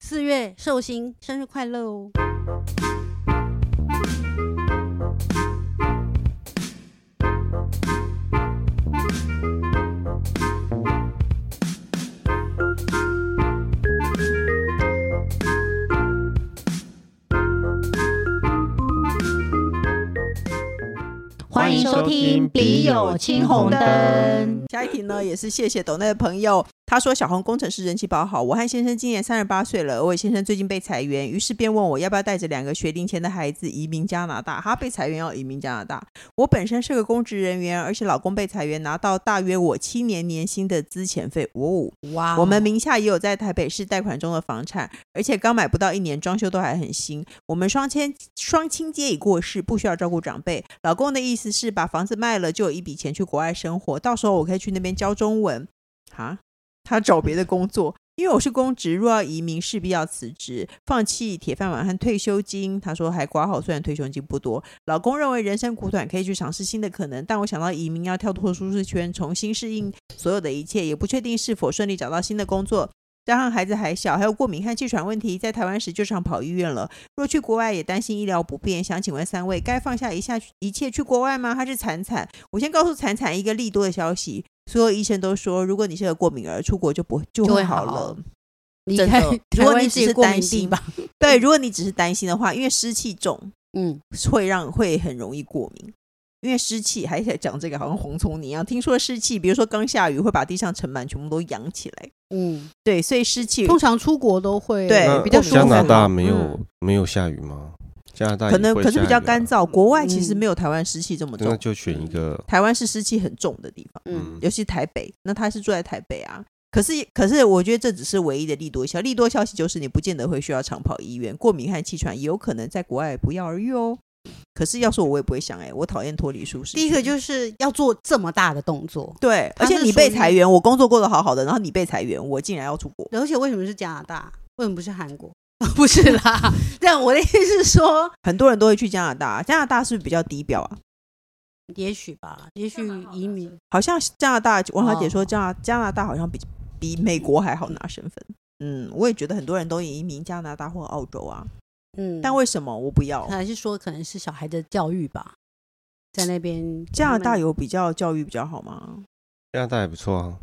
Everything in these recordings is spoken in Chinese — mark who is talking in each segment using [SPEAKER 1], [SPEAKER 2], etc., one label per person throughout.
[SPEAKER 1] 四月寿星生日快乐哦！
[SPEAKER 2] 欢迎收听《笔友青红灯》。
[SPEAKER 3] 下一题呢，也是谢谢抖内的朋友，他说小红工程师人气宝好，我和先生今年三十八岁了，我先生最近被裁员，于是便问我要不要带着两个学龄前的孩子移民加拿大。他被裁员要哦移民加拿大，我本身是个公职人员，而且老公被裁员拿到大约我七年年薪的资遣费。哦，
[SPEAKER 2] 哇
[SPEAKER 3] 我们名下也有在台北市贷款中的房产，而且刚买不到一年，装修都还很新。我们双亲双亲皆已过世，不需要照顾长辈。老公的意思是把房子卖了，就有一笔钱去国外生活，到时候我可以去那边教中文。哈，他找别的工作，因为我是公职，若要移民，势必要辞职，放弃铁饭碗和退休金。他说还挂号，虽然退休金不多。老公认为人生苦短，可以去尝试新的可能，但我想到移民要跳脱舒适圈，重新适应所有的一切，也不确定是否顺利找到新的工作。加上孩子还小，还有过敏和气喘问题，在台湾时就常跑医院了。若去国外也担心医疗不便，想请问三位，该放下一下一切去国外吗？还是惨惨？我先告诉惨惨一个利多的消息，所有医生都说，如果你是个过敏儿，出国就不就
[SPEAKER 2] 就
[SPEAKER 3] 会
[SPEAKER 2] 会
[SPEAKER 3] 好
[SPEAKER 2] 好
[SPEAKER 3] 了。
[SPEAKER 1] 离
[SPEAKER 3] 真
[SPEAKER 1] 开
[SPEAKER 3] 的
[SPEAKER 1] 台
[SPEAKER 3] 如果
[SPEAKER 1] 湾
[SPEAKER 3] 你
[SPEAKER 1] 自
[SPEAKER 3] 只
[SPEAKER 1] 己
[SPEAKER 3] 是
[SPEAKER 1] 过敏
[SPEAKER 3] 担
[SPEAKER 1] 地
[SPEAKER 3] 心
[SPEAKER 1] 吧，
[SPEAKER 3] 对，如果你只是担心的话，因为湿气重
[SPEAKER 1] 嗯，
[SPEAKER 3] 会让会很容易过敏。因为湿气，还想讲这个好像红葱泥一样。听说湿气，比如说刚下雨会把地上尘螨全部都扬起来。
[SPEAKER 1] 嗯，
[SPEAKER 3] 对，所以湿气
[SPEAKER 1] 通常出国都会
[SPEAKER 3] 对
[SPEAKER 4] 那哦
[SPEAKER 1] 比较舒服
[SPEAKER 4] 加
[SPEAKER 1] 嘛。
[SPEAKER 4] 拿大没有、
[SPEAKER 3] 嗯
[SPEAKER 4] 没有下雨吗？加拿大
[SPEAKER 3] 可能
[SPEAKER 4] 也会
[SPEAKER 3] 可是比
[SPEAKER 4] 下
[SPEAKER 3] 较
[SPEAKER 4] 雨啊啊
[SPEAKER 3] 干，燥，国外其实
[SPEAKER 1] 嗯
[SPEAKER 3] 没有台湾湿气这么重
[SPEAKER 4] 那。就选一个
[SPEAKER 3] 台湾是湿气很重的地方，
[SPEAKER 1] 嗯
[SPEAKER 4] 嗯，
[SPEAKER 3] 尤其台北。那他是住在台北啊，可是可是我觉得这只是唯一的利多消利多消息就是你不见得会需要长跑医院，过敏和气喘也有可能在国外不药而愈哦。可是要说我我也不会想哎、我讨厌脱离舒适圈。
[SPEAKER 1] 第一个就是要做这么大的动作，
[SPEAKER 3] 对，
[SPEAKER 1] 他
[SPEAKER 3] 而
[SPEAKER 1] 是
[SPEAKER 3] 且你被
[SPEAKER 1] 属于
[SPEAKER 3] 裁员，我工作过得好好的，然后你被裁员，我竟然要出国。
[SPEAKER 1] 而且为什么是加拿大？为什么不是韩国？ 不是啦，但我的意思是说，
[SPEAKER 3] 很多人都会去加拿大，加拿大是不是比较低调啊？
[SPEAKER 1] 也许吧，也许移民
[SPEAKER 3] 好像是加拿大，王小姐
[SPEAKER 1] 哦
[SPEAKER 3] 说加拿、加拿大好像比比美国还好拿身份。嗯，我也觉得很多人都移民加拿大或澳洲啊，
[SPEAKER 1] 嗯，
[SPEAKER 3] 但为什么我不要？
[SPEAKER 1] 还是说可能是小孩的教育吧，在那边
[SPEAKER 3] 加拿大
[SPEAKER 1] 有
[SPEAKER 3] 有比较教育比较好吗？
[SPEAKER 4] 加拿大也不错啊。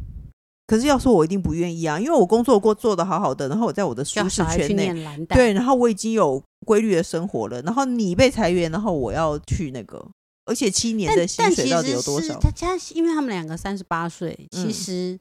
[SPEAKER 3] 可是要说我一定不愿意啊，因为我工作过做得好好的，然后我在我的舒
[SPEAKER 1] 叫
[SPEAKER 3] 适
[SPEAKER 1] 小孩去
[SPEAKER 3] 圈内，
[SPEAKER 1] 念蓝带，
[SPEAKER 3] 对，然后我已经有规律的生活了，然后你被裁员，然后我要去那个，而且七年
[SPEAKER 1] 但
[SPEAKER 3] 的
[SPEAKER 1] 但
[SPEAKER 3] 薪
[SPEAKER 1] 其
[SPEAKER 3] 水到底有
[SPEAKER 1] 实
[SPEAKER 3] 多
[SPEAKER 1] 是
[SPEAKER 3] 少？
[SPEAKER 1] 他家，因为他们两个三十八岁，其
[SPEAKER 3] 嗯
[SPEAKER 1] 实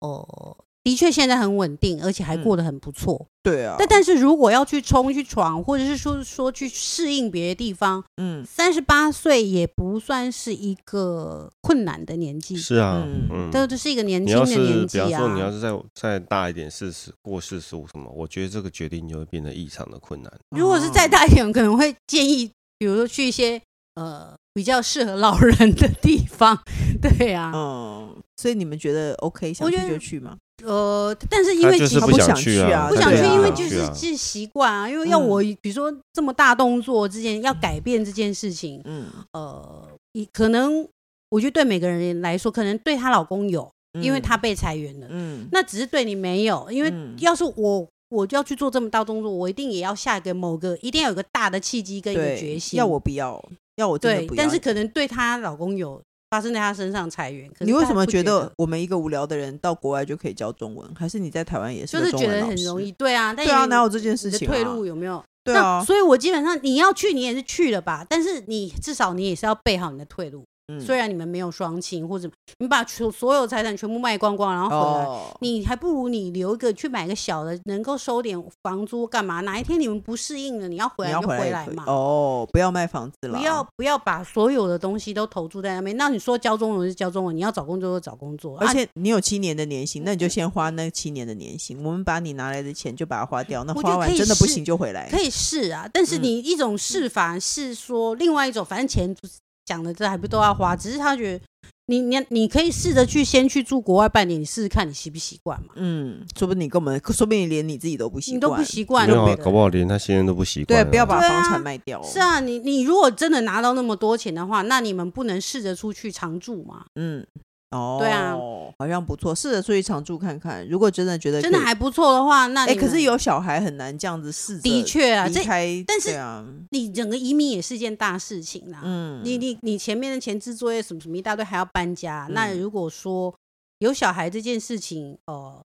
[SPEAKER 1] 哦，的确现在很稳定，而且还
[SPEAKER 4] 嗯
[SPEAKER 1] 过得很不错。
[SPEAKER 3] 对啊，
[SPEAKER 1] 但但是如果要去冲去闯，或者是说说去适应别的地方，
[SPEAKER 3] 嗯，
[SPEAKER 1] 三十八岁也不算是一个困难的年纪，
[SPEAKER 4] 是啊，
[SPEAKER 3] 嗯
[SPEAKER 4] 嗯，
[SPEAKER 1] 对，这是一个年
[SPEAKER 4] 你
[SPEAKER 1] 轻
[SPEAKER 4] 要
[SPEAKER 1] 的
[SPEAKER 4] 是
[SPEAKER 1] 年
[SPEAKER 4] 比
[SPEAKER 1] 纪
[SPEAKER 4] 方
[SPEAKER 1] 啊。
[SPEAKER 4] 说你要是再再大一点，四十过四十五什么，我觉得这个决定就会变得异常的困难。
[SPEAKER 1] 如果是再
[SPEAKER 4] 哦
[SPEAKER 1] 大一点，我可能会建议，比如说去一些呃比较适合老人的地方， 对啊，
[SPEAKER 3] 哦，嗯，所以你们觉得 OK，想
[SPEAKER 1] 我
[SPEAKER 3] 去
[SPEAKER 1] 觉得
[SPEAKER 3] 就去吗？
[SPEAKER 1] 呃，但是因
[SPEAKER 4] 他
[SPEAKER 1] 为
[SPEAKER 4] 就
[SPEAKER 1] 其
[SPEAKER 4] 是
[SPEAKER 1] 实
[SPEAKER 3] 他
[SPEAKER 4] 不
[SPEAKER 3] 不
[SPEAKER 4] 想
[SPEAKER 3] 想
[SPEAKER 4] 去
[SPEAKER 3] 去
[SPEAKER 4] 啊，
[SPEAKER 3] 啊
[SPEAKER 1] 不想
[SPEAKER 3] 对
[SPEAKER 1] 去，
[SPEAKER 3] 啊
[SPEAKER 1] 因为
[SPEAKER 3] 不
[SPEAKER 1] 就是
[SPEAKER 4] 啊
[SPEAKER 1] 是习惯啊，因为要
[SPEAKER 3] 嗯
[SPEAKER 1] 我比如说这么大动作之间要改变这件事情，
[SPEAKER 3] 嗯，
[SPEAKER 1] 呃，也可能我觉得对每个人来说，可能对她老公有，因为
[SPEAKER 3] 嗯
[SPEAKER 1] 她被裁员了，
[SPEAKER 3] 嗯，
[SPEAKER 1] 那只是对你没有，因为
[SPEAKER 3] 嗯
[SPEAKER 1] 要是我。我就要去做这么大动作，我一定也要下一个某个，一定要有个大的契机跟一个
[SPEAKER 3] 对
[SPEAKER 1] 决心。
[SPEAKER 3] 要我不要，要我真的
[SPEAKER 1] 对
[SPEAKER 3] 不，要。
[SPEAKER 1] 但是可能对她老公有发生在她身上裁员。可是
[SPEAKER 3] 你为
[SPEAKER 1] 她
[SPEAKER 3] 什么
[SPEAKER 1] 不
[SPEAKER 3] 觉
[SPEAKER 1] 得
[SPEAKER 3] 得？我们一个无聊的人到国外就可以教中文？还是你在台湾也
[SPEAKER 1] 就是
[SPEAKER 3] 个
[SPEAKER 1] 是
[SPEAKER 3] 中
[SPEAKER 1] 觉
[SPEAKER 3] 文
[SPEAKER 1] 得
[SPEAKER 3] 老
[SPEAKER 1] 很
[SPEAKER 3] 师
[SPEAKER 1] 容易，。对啊，但
[SPEAKER 3] 对啊，
[SPEAKER 1] 你
[SPEAKER 3] 哪有这件事
[SPEAKER 1] 你的
[SPEAKER 3] 情、啊？
[SPEAKER 1] 退路有没有？
[SPEAKER 3] 对
[SPEAKER 1] 那
[SPEAKER 3] 啊，
[SPEAKER 1] 所以我基本上你要去，你也是去了吧，但是你至少你也是要备好你的退路。
[SPEAKER 3] 嗯
[SPEAKER 1] 虽然你们没有双亲或者你把所所有财产全部卖光光，然后回来，
[SPEAKER 3] 哦，
[SPEAKER 1] 你还不如你留一个去买个小的，能够收点房租干嘛？哪一天你们不适应了，你要回
[SPEAKER 3] 你
[SPEAKER 1] 来
[SPEAKER 3] 要
[SPEAKER 1] 就
[SPEAKER 3] 回
[SPEAKER 1] 回
[SPEAKER 3] 也
[SPEAKER 1] 来
[SPEAKER 3] 可以
[SPEAKER 1] 嘛。
[SPEAKER 3] 哦，不要啊卖房子了，
[SPEAKER 1] 不要。不要把所有的东西都投注在那边。那你说教中文是教中文，你要找工作就找工作，
[SPEAKER 3] 而
[SPEAKER 1] 啊
[SPEAKER 3] 且你有七年的年薪，那你就先花那七年的年薪。我们把你拿来的钱就把它花掉，那
[SPEAKER 1] 我觉
[SPEAKER 3] 花
[SPEAKER 1] 得
[SPEAKER 3] 完
[SPEAKER 1] 可以
[SPEAKER 3] 真的不
[SPEAKER 1] 试
[SPEAKER 3] 行就回来。
[SPEAKER 1] 可以试啊，但是
[SPEAKER 3] 嗯
[SPEAKER 1] 你一种试法是说，另外一种反正钱讲的这还不都要花，只是他觉得你你你可以试着去先去住国外半年，你试试看你习不习惯嘛，
[SPEAKER 3] 嗯，说不定你根本，说不定你连你自己都不习惯，
[SPEAKER 1] 你都不习惯，
[SPEAKER 4] 没有
[SPEAKER 1] 对
[SPEAKER 4] 啊，
[SPEAKER 1] 不对
[SPEAKER 4] 搞不好连他先生都不习惯
[SPEAKER 3] 对，
[SPEAKER 4] 啊。
[SPEAKER 3] 不要把
[SPEAKER 1] 对
[SPEAKER 3] 房
[SPEAKER 1] 啊
[SPEAKER 3] 产卖掉。哦
[SPEAKER 1] 是，啊，你你如果真的拿到那么多钱的话，那你们不能试着出去常住嘛？
[SPEAKER 3] 嗯，哦，
[SPEAKER 1] 对啊，
[SPEAKER 3] 好像不错，试着出去常住看看。如果真的觉得
[SPEAKER 1] 真的
[SPEAKER 3] 可以
[SPEAKER 1] 还不错的话，那
[SPEAKER 3] 哎、
[SPEAKER 1] 你
[SPEAKER 3] 可
[SPEAKER 1] 们
[SPEAKER 3] 是有小孩很难这样子试着
[SPEAKER 1] 的确啊，
[SPEAKER 3] 离
[SPEAKER 1] 这
[SPEAKER 3] 开，
[SPEAKER 1] 但是
[SPEAKER 3] 对啊，
[SPEAKER 1] 你整个移民也是件大事情啊啦。
[SPEAKER 3] 嗯，
[SPEAKER 1] 你你你前面的前置作业什么什么一大堆，还要搬家。那
[SPEAKER 3] 嗯
[SPEAKER 1] 如果说有小孩这件事情，呃，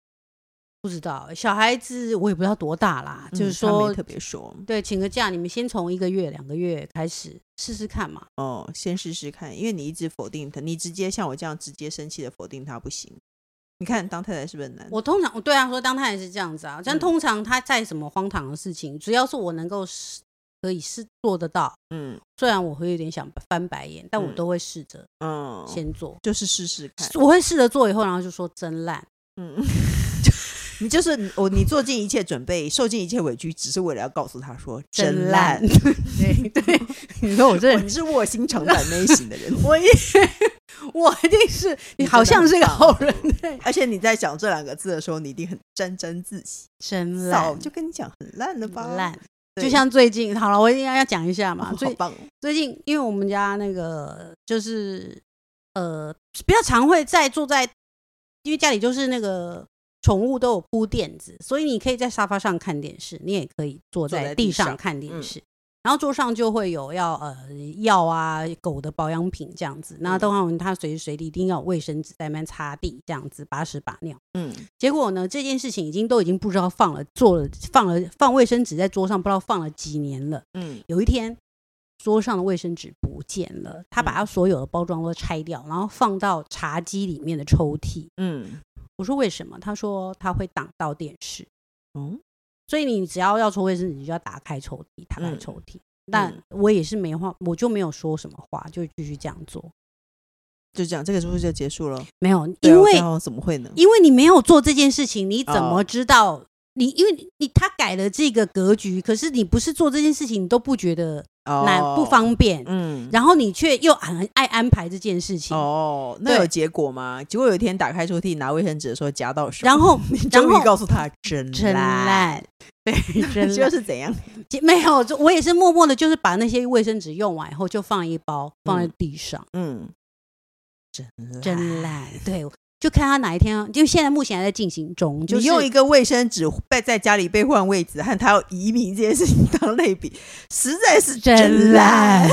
[SPEAKER 1] 不知道小孩子我也不知道多大啦，
[SPEAKER 3] 嗯
[SPEAKER 1] 就是
[SPEAKER 3] 他没
[SPEAKER 1] 说
[SPEAKER 3] 特别说
[SPEAKER 1] 对，请个假，你们先从一个月、两个月开始试试看嘛。
[SPEAKER 3] 哦，先试试看，因为你一直否定他，你直接像我这样直接生气的否定他不行。你看当太太是不是很难？
[SPEAKER 1] 我通常对啊，说当太太是这样子啊，但
[SPEAKER 3] 嗯
[SPEAKER 1] 通常他在什么荒唐的事情，只要是我能够试可以是做得到，
[SPEAKER 3] 嗯
[SPEAKER 1] 虽然我会有点想翻白眼，但我
[SPEAKER 3] 嗯
[SPEAKER 1] 都会试着
[SPEAKER 3] 嗯，
[SPEAKER 1] 先做。
[SPEAKER 3] 就是试试看。
[SPEAKER 1] 我会试着做以后，然后就说真 烂，
[SPEAKER 3] 嗯，你就是我，你做尽一切准备，受尽一切委屈，只是为了要告诉他说真烂。
[SPEAKER 1] 对对，你说我这
[SPEAKER 3] 哇
[SPEAKER 1] 人
[SPEAKER 3] 你是卧薪尝胆那一型的人，
[SPEAKER 1] 我一 我一定是
[SPEAKER 3] 你
[SPEAKER 1] 你
[SPEAKER 3] 真的
[SPEAKER 1] 好像是个
[SPEAKER 3] 很棒
[SPEAKER 1] 好人，对，
[SPEAKER 3] 而且你在讲这两个字的时候，你一定很沾沾自喜。
[SPEAKER 1] 真
[SPEAKER 3] 早
[SPEAKER 1] 烂
[SPEAKER 3] 就跟你讲很烂了吧？
[SPEAKER 1] 烂。
[SPEAKER 3] 对，
[SPEAKER 1] 就像最近，好了，我一定要要讲一下
[SPEAKER 3] 哦
[SPEAKER 1] 嘛。
[SPEAKER 3] 好
[SPEAKER 1] 最
[SPEAKER 3] 棒哦，
[SPEAKER 1] 最近，因为我们家那个就是呃比较常会在坐在，因为家里就是那个宠物都有铺垫子，所以你可以在沙发上看电视，你也可以坐
[SPEAKER 3] 坐
[SPEAKER 1] 在
[SPEAKER 3] 在
[SPEAKER 1] 地
[SPEAKER 3] 地
[SPEAKER 1] 上
[SPEAKER 3] 上
[SPEAKER 1] 看电
[SPEAKER 3] 嗯
[SPEAKER 1] 视。然后桌上就会有要呃药啊狗的保养品这样子，那
[SPEAKER 3] 嗯
[SPEAKER 1] 邓浩文他随时随地一定要有卫生纸在那边擦地这样子把屎把尿。
[SPEAKER 3] 嗯
[SPEAKER 1] 结果呢，这件事情已经都已经不知道放了做了放了放卫生纸在桌上不知道放了几年了。
[SPEAKER 3] 嗯
[SPEAKER 1] 有一天，桌上的卫生纸不见了，
[SPEAKER 3] 嗯
[SPEAKER 1] 他把它所有的包装都拆掉，然后放到茶几里面的抽屉。
[SPEAKER 3] 嗯
[SPEAKER 1] 我说为什么？他说他会挡到电视，
[SPEAKER 3] 嗯
[SPEAKER 1] 所以你只要要抽卫生纸，你就要打开抽屉，打开
[SPEAKER 3] 嗯
[SPEAKER 1] 抽屉。但我也是没话，我就没有说什么话，就继续这样做。
[SPEAKER 3] 就这样，这个是不是就结束了？
[SPEAKER 1] 没有，
[SPEAKER 3] 对啊
[SPEAKER 1] 因为
[SPEAKER 3] 然后怎么会呢？
[SPEAKER 1] 因为你没有做这件事情，你怎么
[SPEAKER 3] 哦
[SPEAKER 1] 知道？你因为你你他改了这个格局，可是你不是做这件事情，你都不觉得难、
[SPEAKER 3] 哦
[SPEAKER 1] 不方便，
[SPEAKER 3] 嗯，
[SPEAKER 1] 然后你却又很爱安排这件事情，
[SPEAKER 3] 哦，那有
[SPEAKER 1] 对
[SPEAKER 3] 结果吗？结果有一天打开抽屉拿卫生纸的时候夹到手，
[SPEAKER 1] 然后
[SPEAKER 3] 你
[SPEAKER 1] 然
[SPEAKER 3] 终于
[SPEAKER 1] 后
[SPEAKER 3] 告诉他真
[SPEAKER 1] 真
[SPEAKER 3] 烂，
[SPEAKER 1] 烂，对， 真
[SPEAKER 3] 就
[SPEAKER 1] 烂。
[SPEAKER 3] 是怎样？
[SPEAKER 1] 结没有，就我也是默默的，就是把那些卫生纸用完以后，就放一包放在
[SPEAKER 3] 嗯
[SPEAKER 1] 地上，
[SPEAKER 3] 嗯，真烂
[SPEAKER 1] 真烂。对，就看他哪一天，就现在目前还在进行中，就
[SPEAKER 3] 你
[SPEAKER 1] 是
[SPEAKER 3] 用一个卫生纸被在家里被换位置，和他要移民这件事情 当类比，实在是
[SPEAKER 1] 真
[SPEAKER 3] 烂
[SPEAKER 1] 烂。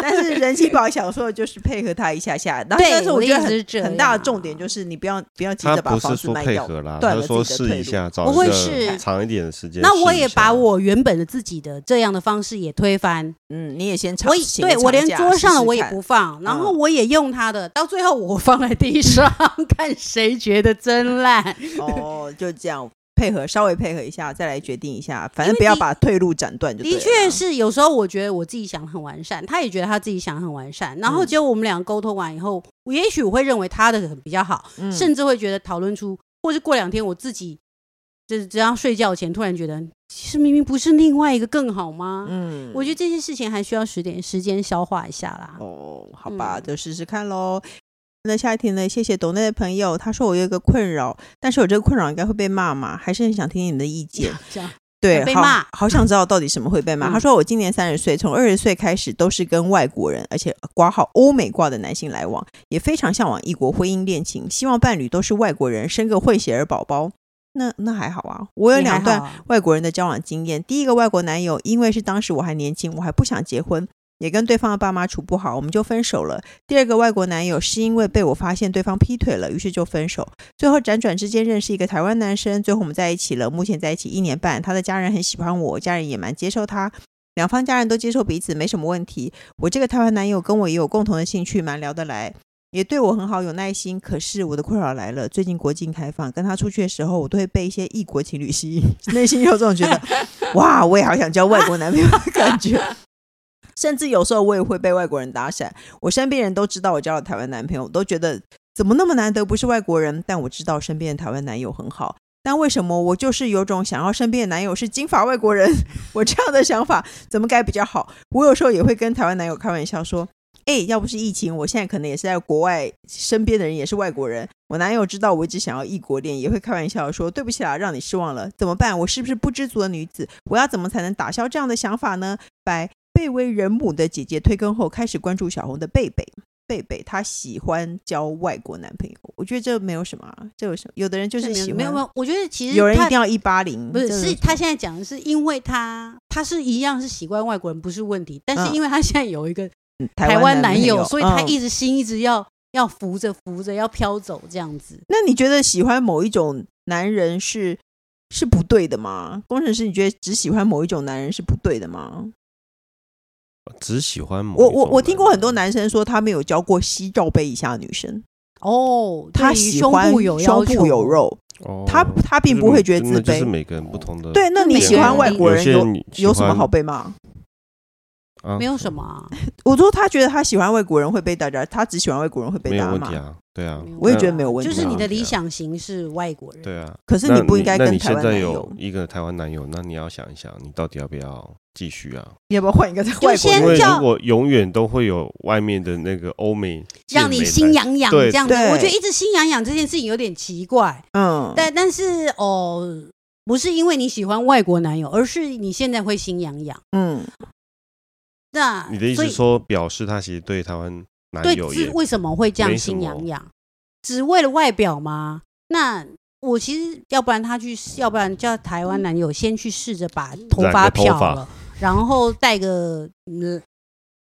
[SPEAKER 3] 但是人气宝想说的就是配合他一下下，然后
[SPEAKER 1] 对
[SPEAKER 3] 啊但是
[SPEAKER 1] 我的
[SPEAKER 3] 觉得
[SPEAKER 1] 意思是
[SPEAKER 3] 很
[SPEAKER 1] 这
[SPEAKER 3] 很大
[SPEAKER 1] 样
[SPEAKER 3] 的重点就是你不要不要急
[SPEAKER 4] 他
[SPEAKER 3] 着把
[SPEAKER 4] 不
[SPEAKER 3] 房
[SPEAKER 4] 是
[SPEAKER 3] 子
[SPEAKER 4] 说
[SPEAKER 3] 卖
[SPEAKER 4] 配
[SPEAKER 3] 掉，
[SPEAKER 4] 合啦，
[SPEAKER 3] 断
[SPEAKER 4] 他
[SPEAKER 3] 了
[SPEAKER 4] 说
[SPEAKER 3] 自己的
[SPEAKER 4] 试
[SPEAKER 3] 退
[SPEAKER 4] 一
[SPEAKER 3] 路。
[SPEAKER 4] 下，
[SPEAKER 1] 我
[SPEAKER 4] 找
[SPEAKER 1] 会
[SPEAKER 4] 一
[SPEAKER 1] 试
[SPEAKER 4] 个长一点的时间。
[SPEAKER 1] 那我
[SPEAKER 4] 试一
[SPEAKER 1] 也
[SPEAKER 4] 下
[SPEAKER 1] 把我原本的自己的这样的方式也推翻，
[SPEAKER 3] 嗯，你也先尝
[SPEAKER 1] 我也
[SPEAKER 3] 试，嗯
[SPEAKER 1] 对我连桌上的
[SPEAKER 3] 的
[SPEAKER 1] 我也不放，然后我也用他的，到最后我放在地上， 看谁觉得真烂。
[SPEAKER 3] 哦，就这样配合，稍微配合一下，再来决定一下，反
[SPEAKER 1] 因
[SPEAKER 3] 正
[SPEAKER 1] 为
[SPEAKER 3] 不要
[SPEAKER 1] 的
[SPEAKER 3] 把退路斩断就对
[SPEAKER 1] 的
[SPEAKER 3] 了
[SPEAKER 1] 确
[SPEAKER 3] 啦
[SPEAKER 1] 是，有时候我觉得我自己想得很完善，他也觉得他自己想得很完善，然后
[SPEAKER 3] 嗯
[SPEAKER 1] 结果我们俩沟通完以后，我也许我会认为他的很比较好，
[SPEAKER 3] 嗯
[SPEAKER 1] 甚至会觉得讨论出，或是过两天我自己就是只要睡觉前突然觉得，其实明明不是另外一个更好吗？
[SPEAKER 3] 嗯
[SPEAKER 1] 我觉得这些事情还需要时点时间消化一下啦。
[SPEAKER 3] 哦，好吧，
[SPEAKER 1] 嗯
[SPEAKER 3] 就试试看喽。那下一题呢？谢谢懂内的朋友，他说我有一个困扰，但是我这个困扰应该会被骂嘛，还是很想听听你的 意见。
[SPEAKER 1] 这样
[SPEAKER 3] 对，
[SPEAKER 1] 被
[SPEAKER 3] 好
[SPEAKER 1] 骂
[SPEAKER 3] 好想知道到底什么会被骂。
[SPEAKER 1] 嗯
[SPEAKER 3] 他说我今年三十岁，从二十岁开始都是跟外国人，而且挂号欧美挂的男性来往，也非常向往异国婚姻恋情，希望伴侣都是外国人，生个混血儿宝宝。那那还好啊，我有
[SPEAKER 1] 你还
[SPEAKER 3] 两段
[SPEAKER 1] 好啊
[SPEAKER 3] 外国人的交往经验。第一个外国男友，因为是当时我还年轻，我还不想结婚，也跟对方的爸妈处不好，我们就分手了。第二个外国男友是因为被我发现对方劈腿了，于是就分手。最后辗转之间认识一个台湾男生，最后我们在一起了。目前在一起一年半，他的家人很喜欢我，家人也蛮接受他。两方家人都接受彼此，没什么问题。我这个台湾男友跟我也有共同的兴趣，蛮聊得来，也对我很好，有耐心。可是我的困扰来了，最近国境开放，跟他出去的时候，我都会被一些异国情侣吸引， 内心有这种觉得，哇，我也好想交外国男朋友的感觉。 甚至有时候我也会被外国人搭讪，我身边人都知道我交了台湾男朋友，都觉得怎么那么难得不是外国人？但我知道身边的台湾男友很好，但为什么我就是有种想要身边的男友是金发外国人， 我这样的想法怎么改比较好？我有时候也会跟台湾男友开玩笑说。哎，要不是疫情，我现在可能也是在国外，身边的人也是外国人。我男友知道我一直想要异国恋，也会开玩笑说：“对不起啦，让你失望了，怎么办？我是不是不知足的女子？我要怎么才能打消这样的想法呢？”白，被为人母的姐姐推更后，开始关注小红的贝贝。贝贝她喜欢交外国男朋友，我觉得这没有什么、啊，这有什么？有的人就是
[SPEAKER 1] 没有
[SPEAKER 3] 喜欢，
[SPEAKER 1] 没有没有，我觉得其实
[SPEAKER 3] 有人一
[SPEAKER 1] 他
[SPEAKER 3] 定要一八零，
[SPEAKER 1] 不是
[SPEAKER 3] 真的
[SPEAKER 1] 是他现在讲的是，因为他他是一样是习惯外国人不是问题，但是
[SPEAKER 3] 嗯
[SPEAKER 1] 因为他现在有一个
[SPEAKER 3] 嗯
[SPEAKER 1] 台湾
[SPEAKER 3] 湾
[SPEAKER 1] 男
[SPEAKER 3] 友，
[SPEAKER 1] 所以他
[SPEAKER 3] 嗯
[SPEAKER 1] 一直心一直要要扶着扶着要飘走这样子。
[SPEAKER 3] 那你觉得喜欢某一种男人是是不对的吗？工程师，你觉得只喜欢某一种男人是不对的吗？
[SPEAKER 4] 只喜欢某
[SPEAKER 3] 我
[SPEAKER 4] 一
[SPEAKER 3] 我
[SPEAKER 4] 种
[SPEAKER 3] 我听过很多
[SPEAKER 4] 人
[SPEAKER 3] 男生说他没有交过膝罩杯以下的女生，
[SPEAKER 1] 哦，
[SPEAKER 3] 他
[SPEAKER 1] 对于
[SPEAKER 3] 喜
[SPEAKER 1] 胸
[SPEAKER 3] 欢
[SPEAKER 1] 部有要
[SPEAKER 3] 胸
[SPEAKER 1] 求
[SPEAKER 3] 部有，肉，
[SPEAKER 4] 哦
[SPEAKER 3] 他他并
[SPEAKER 4] 就是
[SPEAKER 3] 不会
[SPEAKER 4] 每
[SPEAKER 3] 觉得
[SPEAKER 4] 那
[SPEAKER 3] 自
[SPEAKER 4] 就是
[SPEAKER 3] 卑。
[SPEAKER 4] 每个人不同的
[SPEAKER 3] 对，那你
[SPEAKER 1] 每
[SPEAKER 3] 喜
[SPEAKER 1] 个
[SPEAKER 3] 欢
[SPEAKER 1] 人
[SPEAKER 3] 外
[SPEAKER 1] 不
[SPEAKER 3] 国
[SPEAKER 1] 一
[SPEAKER 4] 啊有
[SPEAKER 3] 人
[SPEAKER 4] 些
[SPEAKER 3] 有
[SPEAKER 4] 你喜
[SPEAKER 3] 有什么
[SPEAKER 4] 欢
[SPEAKER 3] 好被骂？
[SPEAKER 4] 啊
[SPEAKER 1] 没有什么啊，
[SPEAKER 3] 我说他觉得他喜欢外国人会被大家，他只喜欢外国人会被
[SPEAKER 4] 没有
[SPEAKER 3] 大家
[SPEAKER 4] 问
[SPEAKER 3] 骂
[SPEAKER 4] 题。啊，对啊
[SPEAKER 1] 没，有
[SPEAKER 3] 我也
[SPEAKER 4] 那
[SPEAKER 3] 觉得没有问题啊
[SPEAKER 1] 就是你的理想型是外国人，
[SPEAKER 4] 嗯对啊。
[SPEAKER 3] 可是
[SPEAKER 4] 那
[SPEAKER 3] 你不应该
[SPEAKER 4] 那
[SPEAKER 3] 跟
[SPEAKER 4] 你
[SPEAKER 3] 台
[SPEAKER 4] 现
[SPEAKER 3] 湾男
[SPEAKER 4] 在
[SPEAKER 3] 友
[SPEAKER 4] 有，一个台湾男友，那你要想一想，你到底要不要继续啊？
[SPEAKER 3] 你要不要换一个外国
[SPEAKER 1] 先
[SPEAKER 4] 因为
[SPEAKER 3] 人？
[SPEAKER 1] 叫
[SPEAKER 4] 如果永远都会有外面的那个欧美健
[SPEAKER 1] 让你
[SPEAKER 4] 美
[SPEAKER 1] 心
[SPEAKER 4] 男
[SPEAKER 1] 痒痒
[SPEAKER 4] 对
[SPEAKER 1] 这样子。
[SPEAKER 3] 对
[SPEAKER 1] 我觉得一直心痒痒这件事情有点奇怪，
[SPEAKER 3] 嗯，
[SPEAKER 1] 但但是哦，不是因为你喜欢外国男友，而是你现在会心痒痒。
[SPEAKER 3] 嗯，
[SPEAKER 1] 那
[SPEAKER 4] 你的意
[SPEAKER 1] 啊所
[SPEAKER 4] 思
[SPEAKER 1] 以
[SPEAKER 4] 说，表示他其实对台湾男
[SPEAKER 1] 对
[SPEAKER 4] 友
[SPEAKER 1] 是
[SPEAKER 4] 也
[SPEAKER 1] 为什么会这样
[SPEAKER 4] 没什
[SPEAKER 1] 心
[SPEAKER 4] 么
[SPEAKER 1] 痒痒？只为了外表吗？那我其实要不然他去，要不然叫台湾男友先去试着把头
[SPEAKER 4] 染
[SPEAKER 1] 发
[SPEAKER 4] 个头
[SPEAKER 1] 漂
[SPEAKER 4] 发
[SPEAKER 1] 了，然后戴个嗯，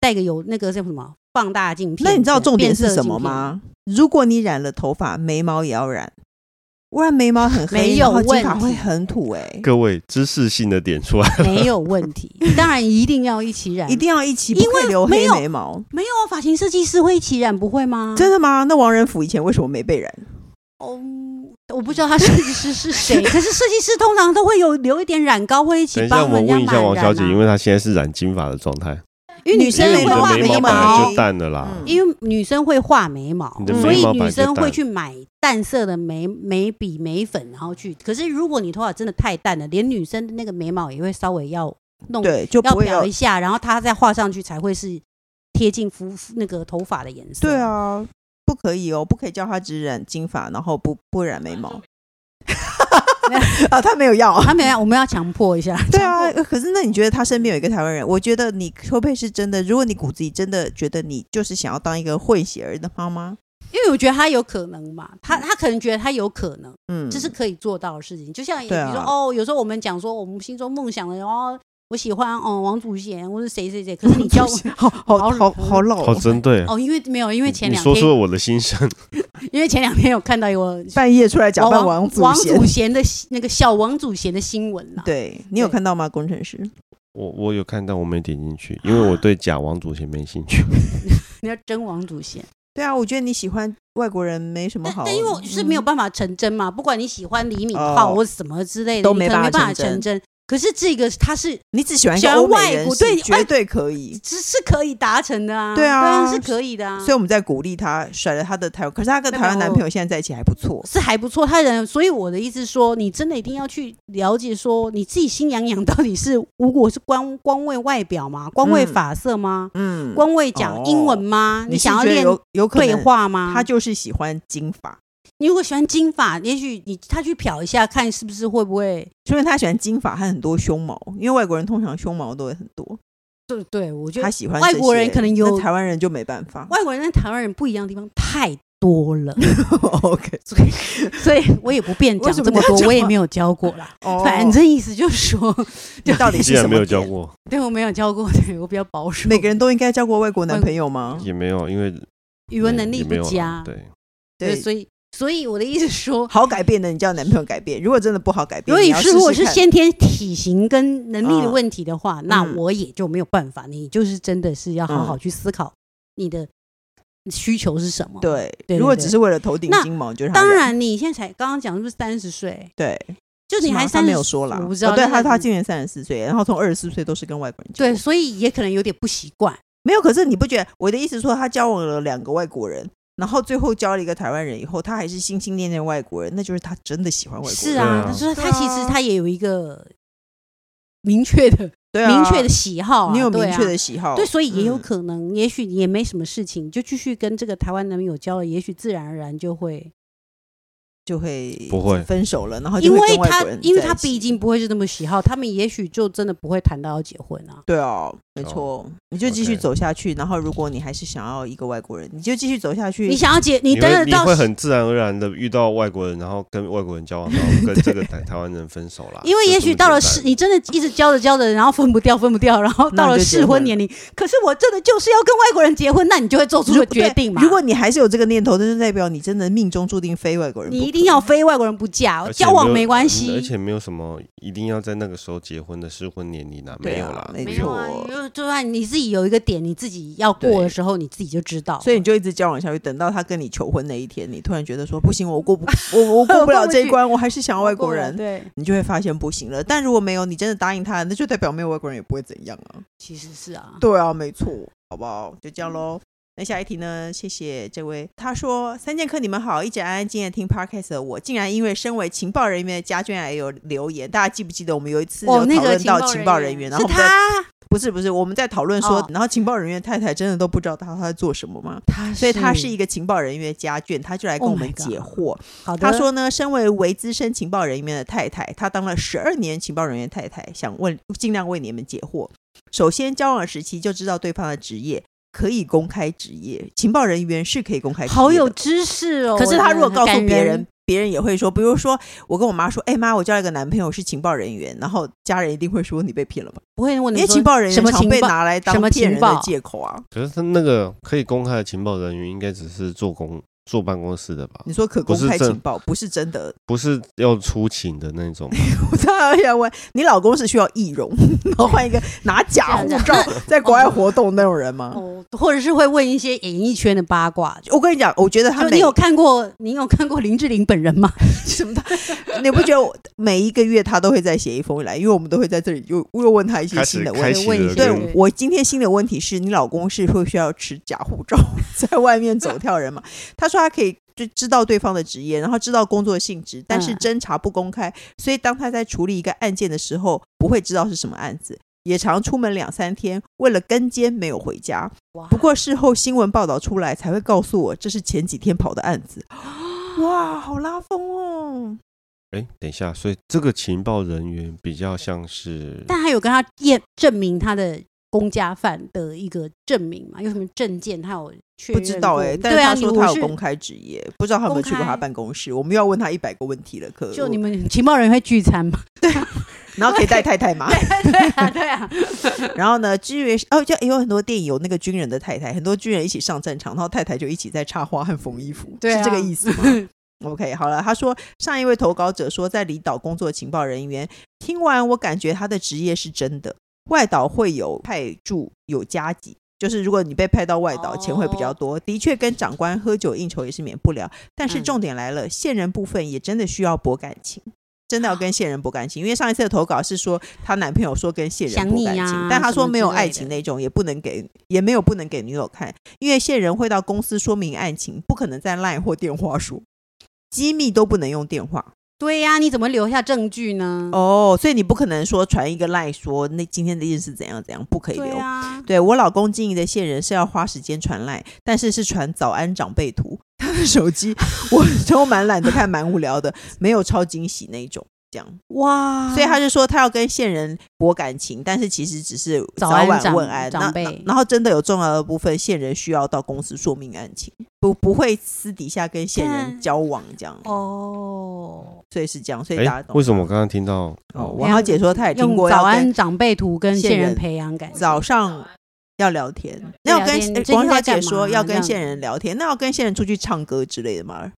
[SPEAKER 1] 戴个有那个叫什么放大镜片。
[SPEAKER 3] 那你知道重点
[SPEAKER 1] 变
[SPEAKER 3] 是
[SPEAKER 1] 色
[SPEAKER 3] 什
[SPEAKER 1] 镜
[SPEAKER 3] 么
[SPEAKER 1] 片？
[SPEAKER 3] 吗？如果你染了头发，眉毛也要染，不然眉毛很黑，
[SPEAKER 1] 没有
[SPEAKER 3] 然后金发
[SPEAKER 1] 问题
[SPEAKER 3] 会很土哎、
[SPEAKER 4] 各位知识性的点出来，
[SPEAKER 1] 没有问题， 当然一定要一起染。
[SPEAKER 3] 一定要一起，
[SPEAKER 1] 因
[SPEAKER 3] 不可以
[SPEAKER 1] 为
[SPEAKER 3] 留
[SPEAKER 1] 没
[SPEAKER 3] 黑
[SPEAKER 1] 有
[SPEAKER 3] 眉毛。
[SPEAKER 1] 没有啊，发型设计师会一起染，不会吗？
[SPEAKER 3] 真的吗？那王仁甫以前为什么没被染？
[SPEAKER 1] 哦，我不知道他设计师是 谁，可是设计师通常都会有留一点染膏，会一
[SPEAKER 4] 等
[SPEAKER 1] 起
[SPEAKER 4] 一下
[SPEAKER 1] 帮
[SPEAKER 4] 我们
[SPEAKER 1] 人家
[SPEAKER 4] 问一下
[SPEAKER 1] 染
[SPEAKER 4] 王小姐，
[SPEAKER 1] 啊
[SPEAKER 4] 因为她现在是染金发的状态，
[SPEAKER 1] 因为女
[SPEAKER 3] 因
[SPEAKER 1] 生
[SPEAKER 3] 为
[SPEAKER 4] 你
[SPEAKER 1] 会
[SPEAKER 4] 的
[SPEAKER 1] 画
[SPEAKER 4] 眉毛
[SPEAKER 1] 眉
[SPEAKER 4] 本来
[SPEAKER 1] 毛
[SPEAKER 4] 就，淡了啦。
[SPEAKER 3] 嗯
[SPEAKER 1] 因为女生会画眉毛
[SPEAKER 4] 你的，
[SPEAKER 1] 所
[SPEAKER 4] 眉
[SPEAKER 1] 以
[SPEAKER 4] 毛本
[SPEAKER 1] 女
[SPEAKER 4] 来就
[SPEAKER 1] 生会
[SPEAKER 4] 淡
[SPEAKER 1] 去买淡色的眉眉笔、眉粉，然后去。可是如果你头发真的太淡了，连女生的那个眉毛也会稍微要弄，
[SPEAKER 3] 对，就
[SPEAKER 1] 要
[SPEAKER 3] 不会
[SPEAKER 1] 漂
[SPEAKER 3] 要
[SPEAKER 1] 一。下，然后它再画上去才会是贴近肤那个头发的颜色。
[SPEAKER 3] 对，啊，不可以哦，不可以叫他只染金发，然后不不染眉毛。 啊，他没有要。
[SPEAKER 1] 他哦没有，我们要强迫一下。
[SPEAKER 3] 对啊，呃可是那你觉得他身边有一个台湾人？我觉得你会不会是真的？如果你骨子里真的觉得你就是想要当一个混血儿的妈妈，
[SPEAKER 1] 因为我觉得他有可能嘛，他他可能觉得他有可能，
[SPEAKER 3] 嗯，
[SPEAKER 1] 这是可以做到的事情。就像也比
[SPEAKER 3] 对啊
[SPEAKER 1] 如说、哦，有时候我们讲说我们心中梦想的，然、后我喜欢哦王祖贤或是谁谁谁，可是你叫
[SPEAKER 3] 好好
[SPEAKER 1] 好
[SPEAKER 3] 好好老
[SPEAKER 4] 好
[SPEAKER 3] 哦，
[SPEAKER 4] 针对，
[SPEAKER 1] 哦，因为没有，因为前
[SPEAKER 4] 你
[SPEAKER 1] 两
[SPEAKER 4] 说出
[SPEAKER 1] 天
[SPEAKER 4] 了我的心声，
[SPEAKER 1] 因为前两天有看到有
[SPEAKER 3] 半夜出来假扮
[SPEAKER 1] 王
[SPEAKER 3] 王祖
[SPEAKER 1] 王
[SPEAKER 3] 贤
[SPEAKER 1] 祖。贤的那个小王祖贤的新闻啊啦。
[SPEAKER 3] 对你有
[SPEAKER 1] 对
[SPEAKER 3] 看到吗？工程师，
[SPEAKER 4] 我我有看到，我没点进去，因为我对假王祖贤没兴 趣。
[SPEAKER 1] 你要真王祖贤，
[SPEAKER 3] 对啊，我觉得你喜欢外国人没什么
[SPEAKER 1] 但
[SPEAKER 3] 好，
[SPEAKER 1] 但因为我是没有
[SPEAKER 3] 嗯
[SPEAKER 1] 办法成真嘛，不管你喜欢李敏镐
[SPEAKER 3] 哦
[SPEAKER 1] 或什么之类的，
[SPEAKER 3] 都
[SPEAKER 1] 你
[SPEAKER 3] 没
[SPEAKER 1] 可能
[SPEAKER 3] 办法
[SPEAKER 1] 法
[SPEAKER 3] 成
[SPEAKER 1] 成真。可是这个他是
[SPEAKER 3] 你只喜欢一
[SPEAKER 1] 喜
[SPEAKER 3] 个
[SPEAKER 1] 欢
[SPEAKER 3] 欧美
[SPEAKER 1] 外
[SPEAKER 3] 人
[SPEAKER 1] 国
[SPEAKER 3] 士
[SPEAKER 1] 对外
[SPEAKER 3] 绝对可以。
[SPEAKER 1] 是是可以达成的啊，
[SPEAKER 3] 对啊
[SPEAKER 1] 是可以的啊，
[SPEAKER 3] 所以我们在鼓励他甩了他的台，可是他跟
[SPEAKER 1] 没
[SPEAKER 3] 台湾男
[SPEAKER 1] 有
[SPEAKER 3] 朋友现在在一起还不错。
[SPEAKER 1] 是还不错。他人，所以我的意思说，你真的一定要去了解说，你自己心痒痒到底是如果是光光为外表吗？光为
[SPEAKER 3] 嗯
[SPEAKER 1] 发色吗？
[SPEAKER 3] 嗯，
[SPEAKER 1] 光为讲英文吗？
[SPEAKER 3] 你是
[SPEAKER 1] 想要
[SPEAKER 3] 觉得
[SPEAKER 1] 练
[SPEAKER 3] 有有可
[SPEAKER 1] 对
[SPEAKER 3] 能
[SPEAKER 1] 话啊吗？
[SPEAKER 3] 他就是喜欢金发，
[SPEAKER 1] 你如果喜欢金发，也许你他去漂一下，看是不是会不会？
[SPEAKER 3] 说明他喜欢金发和很多胸毛，因为外国人通常胸毛都会很多，
[SPEAKER 1] 对对，我觉
[SPEAKER 3] 他
[SPEAKER 1] 得
[SPEAKER 3] 喜欢
[SPEAKER 1] 外
[SPEAKER 3] 这
[SPEAKER 1] 国
[SPEAKER 3] 些
[SPEAKER 1] 人可能
[SPEAKER 3] 那
[SPEAKER 1] 有
[SPEAKER 3] 台湾人就没办法。
[SPEAKER 1] 外国人跟台湾人不一样的地方太多了，
[SPEAKER 3] OK，
[SPEAKER 1] 所以我也不便
[SPEAKER 3] 为
[SPEAKER 1] 讲
[SPEAKER 3] 什么
[SPEAKER 1] 这么
[SPEAKER 3] 你要
[SPEAKER 1] 多，
[SPEAKER 3] 讲
[SPEAKER 1] 我也
[SPEAKER 3] 话
[SPEAKER 1] 没有教过啦。
[SPEAKER 3] 哦
[SPEAKER 1] 反正意思就是说，
[SPEAKER 3] 你到底
[SPEAKER 4] 既
[SPEAKER 3] 是什
[SPEAKER 4] 然
[SPEAKER 3] 么
[SPEAKER 4] 没有
[SPEAKER 3] 点
[SPEAKER 4] 教，过，
[SPEAKER 1] 对我没有教过，对我比较保守，
[SPEAKER 3] 每个人都应该交过外国男
[SPEAKER 1] 外
[SPEAKER 3] 朋友吗？
[SPEAKER 4] 也没有，因为
[SPEAKER 1] 语文
[SPEAKER 4] 也
[SPEAKER 1] 能力
[SPEAKER 4] 也
[SPEAKER 1] 不
[SPEAKER 4] 没有啦
[SPEAKER 1] 佳，
[SPEAKER 4] 对，
[SPEAKER 1] 对，所以所以我的意思是 说，
[SPEAKER 3] 好改变的，你叫男朋友改变；如果真的不好改变，
[SPEAKER 1] 如果
[SPEAKER 3] 你
[SPEAKER 1] 你
[SPEAKER 3] 要
[SPEAKER 1] 是
[SPEAKER 3] 试
[SPEAKER 1] 如果
[SPEAKER 3] 试
[SPEAKER 1] 是
[SPEAKER 3] 看
[SPEAKER 1] 先天体型跟能力的问题的话，那
[SPEAKER 3] 嗯
[SPEAKER 1] 我也就没有办法，你就是真的是要好好去思考你的需求是什么。，
[SPEAKER 3] 对，
[SPEAKER 1] 对
[SPEAKER 3] 如果
[SPEAKER 1] 对
[SPEAKER 3] 只是为了头顶
[SPEAKER 1] 那
[SPEAKER 3] 金毛，就是
[SPEAKER 1] 当然你现在才刚刚讲是不是三十岁，
[SPEAKER 3] 对，
[SPEAKER 1] 就你
[SPEAKER 3] 是吗
[SPEAKER 1] 还
[SPEAKER 3] 他
[SPEAKER 1] 三
[SPEAKER 3] 没有说啦，
[SPEAKER 1] 我不知道，
[SPEAKER 3] 哦对
[SPEAKER 1] 但
[SPEAKER 3] 他
[SPEAKER 1] 是
[SPEAKER 3] 他今年三十四岁，然后从二十四岁都是跟外国人交
[SPEAKER 1] 对，
[SPEAKER 3] 往。
[SPEAKER 1] 所以也可能有点不习惯。
[SPEAKER 3] 没有。可是你不觉得我的意思说，他交往了两个外国人，然后最后交了一个台湾人以后，他还是心心念念外国人，那就是他真的喜欢外国人。
[SPEAKER 1] 是
[SPEAKER 4] 对啊
[SPEAKER 1] 啊，他说他
[SPEAKER 3] 对
[SPEAKER 1] 其实
[SPEAKER 3] 啊
[SPEAKER 1] 他也有一个明确的、
[SPEAKER 3] 对啊，
[SPEAKER 1] 明确的喜好、啊，
[SPEAKER 3] 你有
[SPEAKER 1] 对
[SPEAKER 3] 明
[SPEAKER 1] 啊
[SPEAKER 3] 确的喜好，
[SPEAKER 1] 对，所以也有
[SPEAKER 3] 嗯
[SPEAKER 1] 可能，也许也没什么事情，就继续跟这个台湾男友交了，也许自然而然就会，
[SPEAKER 3] 就会
[SPEAKER 4] 不会
[SPEAKER 3] 分手了，然哦后就
[SPEAKER 1] 因
[SPEAKER 3] 会
[SPEAKER 1] 为
[SPEAKER 3] 跟外
[SPEAKER 1] 他
[SPEAKER 3] 国人
[SPEAKER 1] 因为
[SPEAKER 3] 在
[SPEAKER 1] 他
[SPEAKER 3] 一起
[SPEAKER 1] 毕竟不会是这么喜好，他们也许就真的不会谈到要结婚啊。
[SPEAKER 3] 对哦，没
[SPEAKER 4] 哦
[SPEAKER 3] 错，你就继续
[SPEAKER 4] OK
[SPEAKER 3] 走下去。然后，如果你还是想要一个外国人，你就继续走下去。
[SPEAKER 1] 你想要解，你等
[SPEAKER 4] 会
[SPEAKER 1] 等
[SPEAKER 4] 你
[SPEAKER 1] 到
[SPEAKER 4] 会很自然而然的遇到外国人，然后跟外国人交往，然后跟这个台 台湾人分手啦。
[SPEAKER 1] 因为
[SPEAKER 4] 就
[SPEAKER 1] 也
[SPEAKER 4] 这
[SPEAKER 1] 许
[SPEAKER 4] 么
[SPEAKER 1] 到了
[SPEAKER 4] 简单
[SPEAKER 1] 适，你真的一直交着交着，然后分不掉，分不掉，然后
[SPEAKER 3] 那
[SPEAKER 1] 到
[SPEAKER 3] 你
[SPEAKER 1] 了
[SPEAKER 3] 就结
[SPEAKER 1] 适婚
[SPEAKER 3] 婚
[SPEAKER 1] 年龄，可是我真的就是要跟外国人结婚，那你就会做出
[SPEAKER 3] 如
[SPEAKER 1] 个决
[SPEAKER 3] 对
[SPEAKER 1] 定嘛。
[SPEAKER 3] 如果你还是有这个念头，那就代表你真的命中注定非外国人不
[SPEAKER 1] 你
[SPEAKER 3] 可。
[SPEAKER 1] 一定要非外国人不嫁，
[SPEAKER 4] 而且
[SPEAKER 1] 交往
[SPEAKER 4] 有
[SPEAKER 1] 没关
[SPEAKER 4] 嗯而
[SPEAKER 1] 系。
[SPEAKER 4] 且没有什么一定要在那个时候结婚的适婚年龄啦，
[SPEAKER 3] 对啊
[SPEAKER 4] 没有啦，
[SPEAKER 1] 没
[SPEAKER 3] 没
[SPEAKER 4] 不
[SPEAKER 1] 有
[SPEAKER 4] 用
[SPEAKER 1] 啊，
[SPEAKER 3] 错
[SPEAKER 1] 你就就算你自己有一个点，你自己要过的时候，你自己就知道。
[SPEAKER 3] 所以你就一直交往下去，等到他跟你求婚那一天，你突然觉得说不行，我过不，我我过不了这一关，我还是想要外国人，
[SPEAKER 1] 对，
[SPEAKER 3] 你就会发现不行了。但如果没有你真的答应他，那就代表没有外国人也不会怎样啊。
[SPEAKER 1] 其实是啊，
[SPEAKER 3] 对啊，没错，好不好？就
[SPEAKER 1] 嗯
[SPEAKER 3] 这样喽。那下一题呢？谢谢这位，他说：“三剑客，你们好，一直安安静静地听 podcast 的我，竟然因为身为情报人员的家眷也有留言。大家记不记得我们有一次有
[SPEAKER 1] 哦，那
[SPEAKER 3] 讨
[SPEAKER 1] 个
[SPEAKER 3] 论到情
[SPEAKER 1] 情
[SPEAKER 3] 报
[SPEAKER 1] 报
[SPEAKER 3] 人员，然
[SPEAKER 1] 是
[SPEAKER 3] 后我们在
[SPEAKER 1] 他，
[SPEAKER 3] 不是不是，我们在讨论说，
[SPEAKER 1] 哦
[SPEAKER 3] 然后情报人员太太真的都不知道他他在做什么吗？
[SPEAKER 1] 他
[SPEAKER 3] 所以他是一个情报人员的家眷，他就来跟
[SPEAKER 1] Oh
[SPEAKER 3] 我们
[SPEAKER 1] my god
[SPEAKER 3] 解惑。
[SPEAKER 1] 好的。
[SPEAKER 3] 他说呢，身为为资深情报人员的太太，她当了十二年情报人员太太，想问尽量为你们解惑。首先，交往时期就知道对方的职业，可以公开职业，情报人员是可以公开职业的。
[SPEAKER 1] 好有知识哦。
[SPEAKER 3] 可是他如果告诉
[SPEAKER 1] 感
[SPEAKER 3] 别人
[SPEAKER 1] 人，，
[SPEAKER 3] 别人也会说，比如说我跟我妈说，哎、妈，我交了一个男朋友是情报人员，然后家人一定会说你被骗了吧？
[SPEAKER 1] 不会问
[SPEAKER 3] 因
[SPEAKER 1] 你
[SPEAKER 3] 为
[SPEAKER 1] 说
[SPEAKER 3] 情报人
[SPEAKER 1] 什
[SPEAKER 3] 员
[SPEAKER 1] 么
[SPEAKER 3] 常
[SPEAKER 1] 情
[SPEAKER 3] 被
[SPEAKER 1] 报
[SPEAKER 3] 拿来
[SPEAKER 1] 什
[SPEAKER 3] 当
[SPEAKER 1] 么
[SPEAKER 3] 骗
[SPEAKER 1] 情
[SPEAKER 3] 人的
[SPEAKER 1] 报
[SPEAKER 3] 借口啊。
[SPEAKER 4] 可是他那个可以公开的情报人员，应该只是做公坐办公室的吧
[SPEAKER 1] 嗯
[SPEAKER 3] 你，说可
[SPEAKER 4] 不
[SPEAKER 3] 公
[SPEAKER 4] 是
[SPEAKER 3] 开
[SPEAKER 4] 这
[SPEAKER 3] 情报不是真的，
[SPEAKER 4] 不是要出勤的那 种吧。
[SPEAKER 3] 哎我 当然想问，你老公是需要易容，然后换一个拿假护
[SPEAKER 1] 这样
[SPEAKER 3] 照在国外活动那种人吗？
[SPEAKER 1] 哦，或者是会问一些演艺圈的八卦。
[SPEAKER 3] 我跟你讲，我觉得他
[SPEAKER 1] 就
[SPEAKER 3] 每
[SPEAKER 1] 你有 看过，你有看过林志玲本人吗？
[SPEAKER 3] 什么的，你不觉得我每一个月他都会再写一封来，因为我们都会在这里又又问他一些
[SPEAKER 4] 开
[SPEAKER 3] 新
[SPEAKER 4] 始
[SPEAKER 3] 的问
[SPEAKER 4] 开
[SPEAKER 3] 题。
[SPEAKER 4] 启
[SPEAKER 1] 问一
[SPEAKER 4] 了
[SPEAKER 1] 下
[SPEAKER 3] 对
[SPEAKER 4] 跟
[SPEAKER 3] 我今天新的问题是你老公是会需要持假护照在外面走跳人 吗？他说他可以就知道对方的职业，然后知道工作性质，但是
[SPEAKER 1] 嗯
[SPEAKER 3] 侦查不公开，所以当他在处理一个案件的时候，不会知道是什么案子。也常出门两三天，为了跟监没有回家。
[SPEAKER 1] 哇
[SPEAKER 3] 不过事后新闻报道出来才会告诉我，这是前几天跑的 案子。哇，好拉风哦！
[SPEAKER 4] 哎，等一下，所以这个情报人员比较像是
[SPEAKER 1] 但还有跟他验证明他的公家犯的一个证明嘛？有什么证件？他有确
[SPEAKER 3] 不
[SPEAKER 1] 认
[SPEAKER 3] 知道哎、
[SPEAKER 1] 过
[SPEAKER 3] 但是
[SPEAKER 1] 对啊
[SPEAKER 3] 他说
[SPEAKER 1] 你
[SPEAKER 3] 他
[SPEAKER 1] 我是
[SPEAKER 3] 有公开职业，不知道他有没有去过
[SPEAKER 1] 公
[SPEAKER 3] 他
[SPEAKER 1] 开
[SPEAKER 3] 办公室。我们又要问他一百个问题了，可
[SPEAKER 1] 就
[SPEAKER 3] 恶
[SPEAKER 1] 你们情报人员会聚餐 吗？
[SPEAKER 3] 然后可以带太太吗？
[SPEAKER 1] 对啊，对啊，
[SPEAKER 3] 然后呢，至于哦，就也有很多电影有那个军人的太太，很多军人一起上战场，然后太太就一起在插花和缝衣服，
[SPEAKER 1] 对
[SPEAKER 3] 是这个
[SPEAKER 1] 啊
[SPEAKER 3] 意思 吗？OK，好了，他说上一位投稿者说在离岛工作情报人员，听完我感觉他的职业是真的，外岛会有派驻有加级。就是如果你被派到外岛，钱会比
[SPEAKER 1] 哦
[SPEAKER 3] 较多。的确，跟长官喝酒应酬也是免不了。但是
[SPEAKER 1] 嗯
[SPEAKER 3] 重点来了，线人部分也真的需要博感情，真
[SPEAKER 1] 啊
[SPEAKER 3] 的要跟线人博感情。因为上一次的投稿是说她男朋友说跟线人
[SPEAKER 1] 想
[SPEAKER 3] 博
[SPEAKER 1] 你
[SPEAKER 3] 感情，
[SPEAKER 1] 呀
[SPEAKER 3] 但她
[SPEAKER 1] 什
[SPEAKER 3] 说
[SPEAKER 1] 么
[SPEAKER 3] 没
[SPEAKER 1] 之
[SPEAKER 3] 有
[SPEAKER 1] 类
[SPEAKER 3] 爱
[SPEAKER 1] 的
[SPEAKER 3] 情那种，也不能给，也没有不能给女友看，因为线人会到公司说明案情，不可能在 LINE 或电话说。机密都不能用电话
[SPEAKER 1] 对呀、你怎么留下证据呢？
[SPEAKER 3] 哦，所以你不可能说传一个 line 说那今天的日是怎样怎样，不可以
[SPEAKER 1] 对
[SPEAKER 3] 留
[SPEAKER 1] 啊，
[SPEAKER 3] 对我老公经营的线人是要花时间传赖，但是是传早安长辈图。他的手机 我都蛮懒得看，蛮无聊的，没有超惊喜那一种。这样，
[SPEAKER 1] 哇，
[SPEAKER 3] 所以他就说他要跟线人博感情，但是其实只是
[SPEAKER 1] 早安
[SPEAKER 3] 晚
[SPEAKER 1] 长
[SPEAKER 3] 问安。
[SPEAKER 1] 长
[SPEAKER 3] 那
[SPEAKER 1] 辈
[SPEAKER 3] 那然后真的有重要的部分，线人需要到公司说明案情，不不会私底下跟线人
[SPEAKER 1] 但
[SPEAKER 3] 交往这样。
[SPEAKER 1] 哦，
[SPEAKER 3] 所以是这样，所以大家
[SPEAKER 4] 哎，
[SPEAKER 3] 啊懂
[SPEAKER 4] 为什么我刚刚听到
[SPEAKER 3] 哦？
[SPEAKER 4] 哦
[SPEAKER 3] 王浩姐说她也听
[SPEAKER 1] 用
[SPEAKER 3] 过要
[SPEAKER 1] 早
[SPEAKER 3] 跟
[SPEAKER 1] 安长辈图跟
[SPEAKER 3] 线
[SPEAKER 1] 线人
[SPEAKER 3] 人
[SPEAKER 1] 培养感情，
[SPEAKER 3] 早上要聊天，
[SPEAKER 1] 对
[SPEAKER 3] 那要
[SPEAKER 1] 聊天
[SPEAKER 3] 跟呃
[SPEAKER 1] 最近
[SPEAKER 3] 王小
[SPEAKER 1] 在
[SPEAKER 3] 姐
[SPEAKER 1] 干
[SPEAKER 3] 说
[SPEAKER 1] 嘛啊
[SPEAKER 3] 要
[SPEAKER 1] 这
[SPEAKER 3] 跟
[SPEAKER 1] 样
[SPEAKER 3] 线人聊天，那要跟线人出去唱歌之类的吗？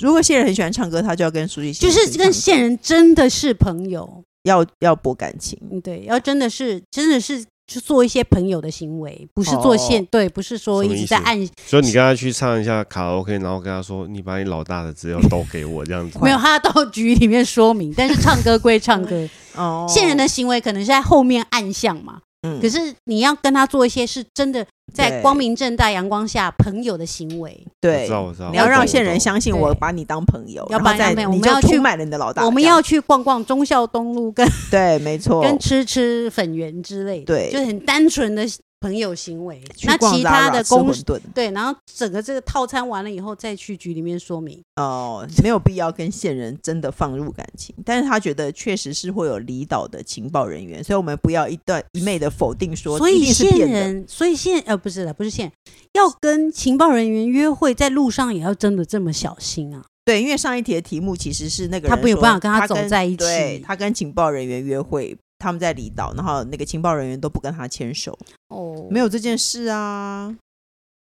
[SPEAKER 3] 如果线人很喜欢唱歌，他就要跟书记
[SPEAKER 1] 就
[SPEAKER 3] 先生出去
[SPEAKER 1] 是
[SPEAKER 3] 唱歌
[SPEAKER 1] 跟线人真的是朋友，
[SPEAKER 3] 要要博感情，
[SPEAKER 1] 嗯，对，要真的是真的是去做一些朋友的行为，不是做线、
[SPEAKER 3] 哦
[SPEAKER 1] 对，不是说
[SPEAKER 4] 什么
[SPEAKER 1] 一
[SPEAKER 4] 意
[SPEAKER 1] 直在
[SPEAKER 4] 思
[SPEAKER 1] 暗，
[SPEAKER 4] 所以你刚才去唱一下卡拉 OK，然后跟他说你把你老大的资料都给我这样 子
[SPEAKER 1] 没有，他到局里面说明，但是唱歌归唱歌，
[SPEAKER 3] 哦，
[SPEAKER 1] 线人的行为可能是在后面暗巷嘛。
[SPEAKER 3] 嗯
[SPEAKER 1] 可是你要跟他做一些是真的在
[SPEAKER 3] 对
[SPEAKER 1] 光明正大阳光下朋友的行为。
[SPEAKER 4] 我
[SPEAKER 3] 对
[SPEAKER 4] 知，道我知道，
[SPEAKER 3] 你要
[SPEAKER 4] 我懂
[SPEAKER 3] 让线人。
[SPEAKER 4] 我懂
[SPEAKER 3] 相信我
[SPEAKER 1] 对
[SPEAKER 3] 把你当朋友，
[SPEAKER 1] 要
[SPEAKER 3] 然
[SPEAKER 1] 把
[SPEAKER 3] 后
[SPEAKER 1] 你当
[SPEAKER 3] 再
[SPEAKER 1] 朋友
[SPEAKER 3] 你
[SPEAKER 1] 我们
[SPEAKER 3] 就
[SPEAKER 1] 要
[SPEAKER 3] 出
[SPEAKER 1] 去
[SPEAKER 3] 卖了你的老大，
[SPEAKER 1] 我们
[SPEAKER 3] 这样
[SPEAKER 1] 要去逛逛忠孝东路跟，
[SPEAKER 3] 对，没错
[SPEAKER 1] 跟，吃吃粉圆之类的，
[SPEAKER 3] 对
[SPEAKER 1] 就是很单纯的朋友行为。
[SPEAKER 3] 去
[SPEAKER 1] 那
[SPEAKER 3] 逛
[SPEAKER 1] 其他
[SPEAKER 3] Zara
[SPEAKER 1] 的
[SPEAKER 3] 吃
[SPEAKER 1] 公
[SPEAKER 3] 馄饨
[SPEAKER 1] 对，然后整个这个套餐完了以后再去局里面说明。
[SPEAKER 3] 哦， 没有必要跟线人真的放入感情，但是他觉得确实是会有离岛的情报人员，所以我们不要一段一昧的否定说，
[SPEAKER 1] 所
[SPEAKER 3] 一
[SPEAKER 1] 以
[SPEAKER 3] 定是
[SPEAKER 1] 线
[SPEAKER 3] 骗人
[SPEAKER 1] 人，所以线呃不是的，不是线，要跟情报人员约会，在路上也要真的这么小心啊！
[SPEAKER 3] 对，因为上一题的题目其实是那个
[SPEAKER 1] 他
[SPEAKER 3] 人
[SPEAKER 1] 没有
[SPEAKER 3] 说
[SPEAKER 1] 办法跟他走
[SPEAKER 3] 跟
[SPEAKER 1] 在一
[SPEAKER 3] 对
[SPEAKER 1] 起
[SPEAKER 3] 他跟情报人员约会，他们在离岛，然后那个情报人员都不跟他牵手，
[SPEAKER 1] 哦
[SPEAKER 3] 没有这件事啊。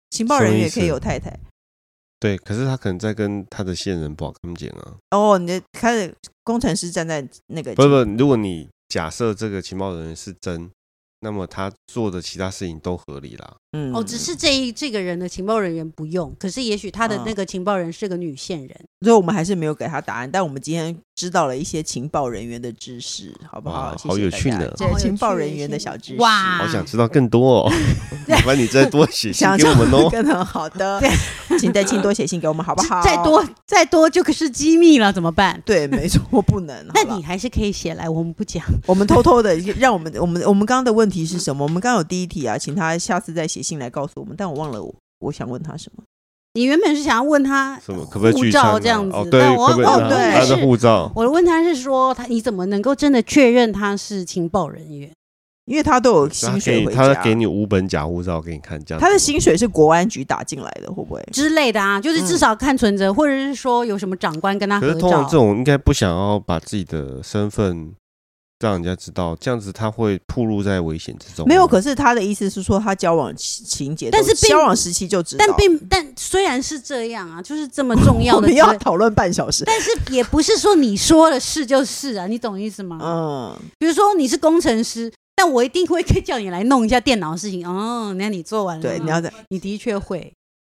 [SPEAKER 3] 情报
[SPEAKER 4] 什么
[SPEAKER 3] 人员
[SPEAKER 4] 意
[SPEAKER 3] 也可以
[SPEAKER 4] 思
[SPEAKER 3] 有太太
[SPEAKER 4] 对，可是他可能在跟他的线人保康讲啊，
[SPEAKER 3] 哦，你的开始工程师站在那个
[SPEAKER 4] 不是不是，如果你假设这个情报人员是真，那么他做的其他事情都合理啦。
[SPEAKER 3] 嗯
[SPEAKER 1] 哦，只是这一这个人的情报人员不用，可是也许他的
[SPEAKER 3] 嗯
[SPEAKER 1] 那个情报人是个女线人。
[SPEAKER 3] 所以我们还是没有给他答案，但我们今天知道了一些情报人员的知识，好不好？
[SPEAKER 4] 哇
[SPEAKER 3] 谢
[SPEAKER 4] 好
[SPEAKER 3] 谢
[SPEAKER 4] 有
[SPEAKER 3] 大
[SPEAKER 4] 趣
[SPEAKER 3] 家
[SPEAKER 4] 呢
[SPEAKER 3] 这
[SPEAKER 1] 好
[SPEAKER 3] 是
[SPEAKER 1] 有
[SPEAKER 3] 情报
[SPEAKER 1] 趣
[SPEAKER 3] 人
[SPEAKER 1] 有
[SPEAKER 3] 员
[SPEAKER 1] 趣
[SPEAKER 3] 的小知识，
[SPEAKER 1] 哇
[SPEAKER 4] 好想知道更多 哦，麻烦你再多写信
[SPEAKER 3] 啊想
[SPEAKER 4] 给我们 哦。
[SPEAKER 3] 更好的，请再请多写信给我们，好不好？
[SPEAKER 1] 再多再多就是机密了，怎么办？
[SPEAKER 3] 对，没错，不能。好了
[SPEAKER 1] 但你还是可以写来，我们不讲。
[SPEAKER 3] 我们偷偷的，让我们我们我们刚刚的问题是什么？我们刚刚有第一题啊，请他下次再写信来告诉我们，但我忘了我我想问他什么。
[SPEAKER 1] 你原本是想要问他
[SPEAKER 4] 什么可不可以
[SPEAKER 1] 护
[SPEAKER 4] 聚餐
[SPEAKER 1] 照
[SPEAKER 4] 啊
[SPEAKER 1] 这样子，
[SPEAKER 4] 哦，对，
[SPEAKER 1] 但我
[SPEAKER 4] 可不可以
[SPEAKER 1] 我
[SPEAKER 3] 哦
[SPEAKER 4] 拿
[SPEAKER 3] 对
[SPEAKER 4] 他的
[SPEAKER 1] 是
[SPEAKER 4] 护照？
[SPEAKER 1] 我问他是说他你怎么能够真的确认他是情报人员？
[SPEAKER 3] 因为他都有
[SPEAKER 4] 他
[SPEAKER 3] 薪
[SPEAKER 4] 给
[SPEAKER 3] 水
[SPEAKER 4] 你
[SPEAKER 3] 回
[SPEAKER 4] 他
[SPEAKER 3] 家，
[SPEAKER 4] 给你五本假护照给你看，这样
[SPEAKER 3] 他的
[SPEAKER 4] 子
[SPEAKER 3] 薪水是国安局打进来的，会不会？
[SPEAKER 1] 之类的啊，就是至少看存折，或者是说有什么长官跟他
[SPEAKER 4] 可
[SPEAKER 1] 合
[SPEAKER 4] 是通常这
[SPEAKER 1] 照。
[SPEAKER 4] 种应该不想要把自己的身份让人家知道，这样子他会暴露在危险之中啊。
[SPEAKER 3] 没有，可是他的意思是说，他交往情情节都，
[SPEAKER 1] 但是并
[SPEAKER 3] 交往时期就知道。
[SPEAKER 1] 但并但虽然是这样啊，就是这么重要
[SPEAKER 3] 我
[SPEAKER 1] 的
[SPEAKER 3] 们
[SPEAKER 1] 资，
[SPEAKER 3] 要讨论半小时。
[SPEAKER 1] 但是也不是说你说了是就是啊，你懂意思吗？
[SPEAKER 3] 嗯，
[SPEAKER 1] 比如说你是工程师，但我一定会叫你来弄一下电脑的事情。哦，那你做完了吗，
[SPEAKER 3] 对，你要在
[SPEAKER 1] 你的确会。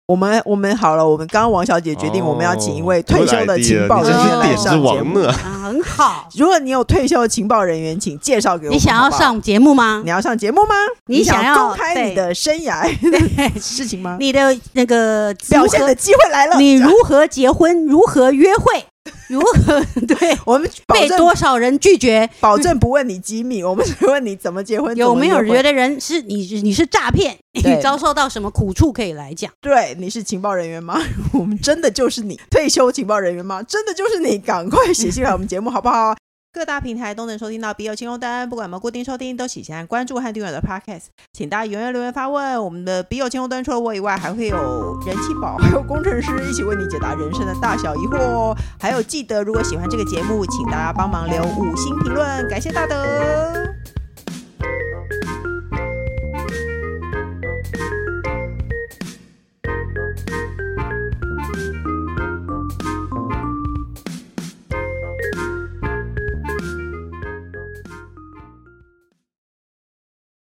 [SPEAKER 3] 我们我们好了，我们刚刚王小姐决定，我们要请一
[SPEAKER 4] 哦
[SPEAKER 3] 位退休的情报人员
[SPEAKER 1] 哦
[SPEAKER 3] 来
[SPEAKER 4] 点子
[SPEAKER 3] 上节
[SPEAKER 4] 王
[SPEAKER 3] 目。。
[SPEAKER 4] 呢？
[SPEAKER 1] 啊，很好
[SPEAKER 3] 如果你有退休的情报人员，请介绍给我
[SPEAKER 1] 你
[SPEAKER 3] 们
[SPEAKER 1] 想
[SPEAKER 3] 好
[SPEAKER 1] 要
[SPEAKER 3] 不好
[SPEAKER 1] 上节目吗
[SPEAKER 3] 你？要上节目吗？
[SPEAKER 1] 你
[SPEAKER 3] 想
[SPEAKER 1] 想要
[SPEAKER 3] 公开你的生涯 事情吗？
[SPEAKER 1] 你的那个
[SPEAKER 3] 表
[SPEAKER 1] 如
[SPEAKER 3] 现
[SPEAKER 1] 何
[SPEAKER 3] 的机会来了，
[SPEAKER 1] 你
[SPEAKER 3] 这 样
[SPEAKER 1] 如何结婚？如何约会？ 如何对？
[SPEAKER 3] 我们 保
[SPEAKER 1] 被
[SPEAKER 3] 证
[SPEAKER 1] 多少人拒绝？
[SPEAKER 3] 保证不问你机密，我们只问你怎么结婚，
[SPEAKER 1] 有没有
[SPEAKER 3] 怎么约
[SPEAKER 1] 觉
[SPEAKER 3] 会
[SPEAKER 1] 得人是你你是诈骗？
[SPEAKER 3] 对
[SPEAKER 1] 你遭受到什么苦处可以来讲？
[SPEAKER 3] 对你是情报人员吗？ 我们真的就是你退休情报人员吗？真的就是你，赶快写信来我们节目好不好？ 各大平台都能收听到《笔友青龙灯》，不管我们固定收听，都请先按关注和订阅我的 Podcast。请大家踊跃留言发问。我们的笔友青龙灯除了我以外，还会有人气宝，还有工程师一起为你解答人生的大小疑惑哦。还有记得，如果喜欢这个节目，请大家帮忙留五星评论，感谢大德。